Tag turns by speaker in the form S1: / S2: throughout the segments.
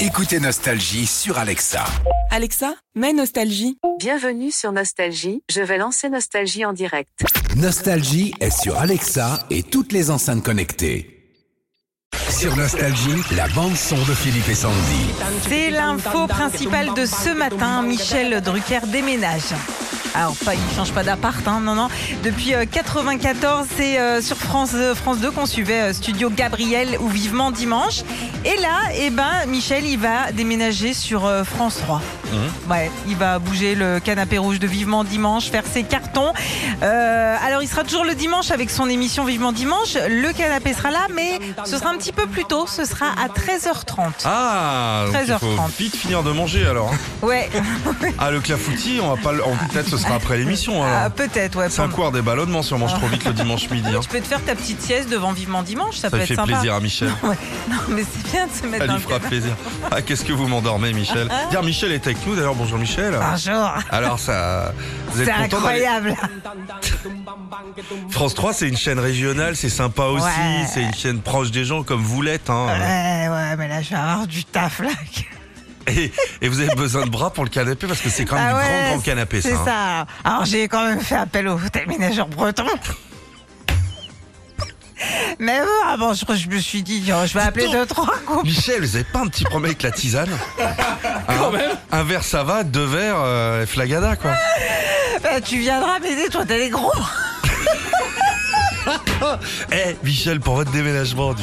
S1: Écoutez Nostalgie sur Alexa.
S2: Alexa, mets Nostalgie.
S3: Bienvenue sur Nostalgie, je vais lancer Nostalgie en direct.
S1: Nostalgie est sur Alexa et toutes les enceintes connectées. Sur Nostalgie, la bande son de Philippe et Sandy.
S4: C'est l'info principale de ce matin. Michel Drucker déménage. Alors, pas, il ne change pas d'appart, hein, non, non. Depuis 1994, c'est euh, sur France, euh, France 2 qu'on suivait euh, Studio Gabriel ou Vivement Dimanche. Et là, eh ben, Michel, il va déménager sur euh, France 3. Ouais, il va bouger le canapé rouge de Vivement Dimanche, faire ses cartons. Euh, alors, il sera toujours le dimanche avec son émission Vivement Dimanche. Le canapé sera là, mais ce sera un petit peu plus tôt. Ce sera à 13h30.
S5: Ah, donc il
S4: 13h30.
S5: faut vite finir de manger alors. hein.
S4: Ouais,
S5: Ah, le clafoutis, on va pas. le- oh, Peut-être ce sera après l'émission.
S4: ah,
S5: alors.
S4: peut-être, ouais.
S5: C'est un quart des ballonnements si on mange trop vite le dimanche midi. hein.
S4: Tu peux te faire ta petite sieste devant Vivement Dimanche, ça,
S5: Ça
S4: peut
S5: lui
S4: être
S5: fait
S4: sympa.
S5: plaisir à Michel.
S4: Ouais. Non, mais c'est Ah, bien de se mettre
S5: Ça
S4: dans
S5: lui
S4: le
S5: fera
S4: canapé.
S5: plaisir. Ah, qu'est-ce que vous m'endormez, Michel Hier, Michel est avec nous d'ailleurs. Bonjour, Michel.
S4: Bonjour.
S5: Alors, ça. Vous êtes
S4: Ah, C'est
S5: content d'aller-
S4: incroyable.
S5: France 3, c'est une chaîne régionale, c'est sympa aussi.
S4: Ouais.
S5: C'est une chaîne proche des gens comme vous l'êtes.
S4: Ouais,
S5: Hein.
S4: ouais, mais là, je vais avoir du taf, là.
S5: Et, et vous avez besoin de bras pour le canapé parce que c'est quand
S4: Ah
S5: même du
S4: ouais,
S5: grand, grand canapé, ça.
S4: C'est
S5: hein.
S4: ça. Alors, j'ai quand même fait appel au déménageur breton. Mais bon, ah bon, je, je me suis dit, oh, je vais appeler deux, trois couples.
S5: Michel, vous avez pas un petit problème avec la tisane Quand même Un verre, ça va, deux verres, euh, flagada, quoi.
S4: Bah, tu viendras m'aider, toi, t'as des gros. Oh,
S5: Eh, Michel, pour votre déménagement du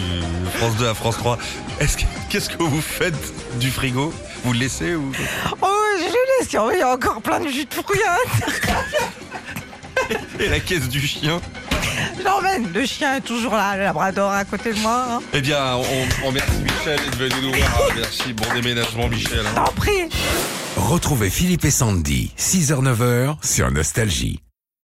S5: France 2 à France 3, est-ce que- qu'est-ce que vous faites du frigo Vous le laissez ou
S4: Oh, je laisse. Oh, Il y a encore plein de jus de fruits. hein.
S5: Et la caisse du chien
S4: Je l'emmène. Le chien est toujours là, le labrador à côté de moi. hein.
S5: Eh bien, on, on remercie Michel d'être venu nous voir. Ah, Merci, bon déménagement, Michel. hein.
S4: T'en prie.
S1: Retrouvez Philippe et Sandy, 6h-9h sur Nostalgie.